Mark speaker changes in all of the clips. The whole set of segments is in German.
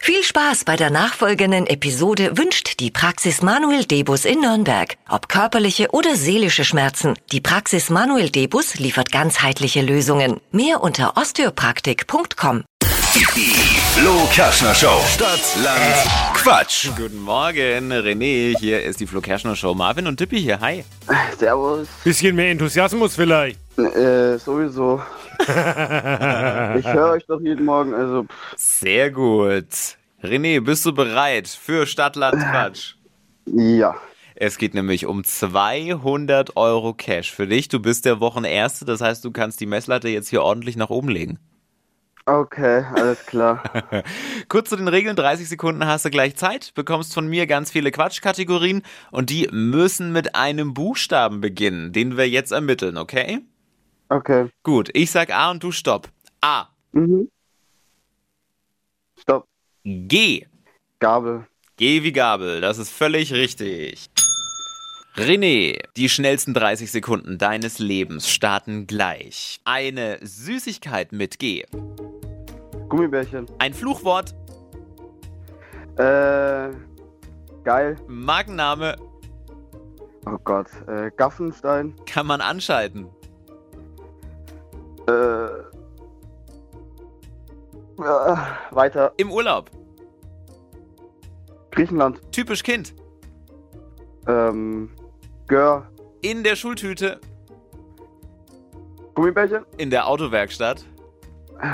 Speaker 1: Viel Spaß bei der nachfolgenden Episode wünscht die Praxis Manuel Debus in Nürnberg. Ob körperliche oder seelische Schmerzen, die Praxis Manuel Debus liefert ganzheitliche Lösungen. Mehr unter osteopraktik.com.
Speaker 2: Die Flo Kerschner Show. Stadt, Land, Quatsch.
Speaker 3: Guten Morgen, René. Hier ist die Flo Kerschner Show. Marvin und Tippi hier. Hi.
Speaker 4: Servus,
Speaker 5: Bisschen mehr Enthusiasmus vielleicht.
Speaker 4: äh, sowieso. ich höre euch doch jeden Morgen, also pff,
Speaker 3: Sehr gut. René, bist du bereit für Stadtland Quatsch?
Speaker 4: ja.
Speaker 3: Es geht nämlich um 200 Euro Cash für dich. Du bist der Wochenerste, das heißt, du kannst die Messlatte jetzt hier ordentlich nach oben legen.
Speaker 4: Okay, alles klar.
Speaker 3: Kurz zu den Regeln, 30 Sekunden hast du gleich Zeit, bekommst von mir ganz viele Quatschkategorien und die müssen mit einem Buchstaben beginnen, den wir jetzt ermitteln, okay?
Speaker 4: Okay, Mhm.
Speaker 3: Gut, ich sag A und du stopp. A,
Speaker 4: stopp.
Speaker 3: G,
Speaker 4: Gabel.
Speaker 3: Geh wie Gabel, das ist völlig richtig. René, die schnellsten 30 Sekunden deines Lebens starten gleich. Eine Süßigkeit mit G.
Speaker 4: Gummibärchen.
Speaker 3: Ein Fluchwort,
Speaker 4: Äh, geil.
Speaker 3: Markenname
Speaker 4: Oh Gott. Äh, Gaffenstein.
Speaker 3: kann man anschalten.
Speaker 4: Äh, ja, weiter.
Speaker 3: Im Urlaub,
Speaker 4: Griechenland.
Speaker 3: typisch Kind.
Speaker 4: Ähm, Gör.
Speaker 3: In der Schultüte,
Speaker 4: Gummibärchen.
Speaker 3: in der Autowerkstatt.
Speaker 4: Äh,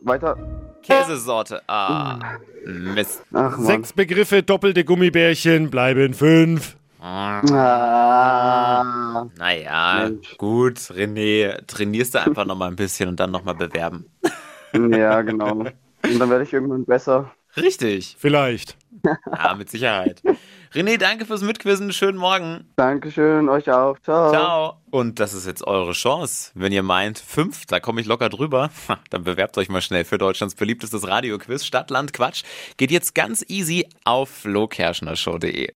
Speaker 4: weiter.
Speaker 3: Käsesorte. Ah, Mist.
Speaker 4: Ach man.
Speaker 5: Sechs Begriffe, doppelte Gummibärchen, bleiben fünf.
Speaker 4: Ah,
Speaker 3: Naja,
Speaker 4: Mensch.
Speaker 3: gut, René, trainierst du einfach nochmal ein bisschen und dann nochmal bewerben.
Speaker 4: ja, genau. Und dann werde ich irgendwann besser.
Speaker 3: Richtig.
Speaker 5: Vielleicht.
Speaker 3: Ja, mit Sicherheit. René, danke fürs Mitquizzen. Schönen Morgen.
Speaker 4: Dankeschön, euch auch. Ciao.
Speaker 3: Ciao. Und das ist jetzt eure Chance. Wenn ihr meint, fünf, da komme ich locker drüber, dann bewerbt euch mal schnell für Deutschlands beliebtestes Radioquiz Stadtland Quatsch. Geht jetzt ganz easy auf flokerschnershow.de.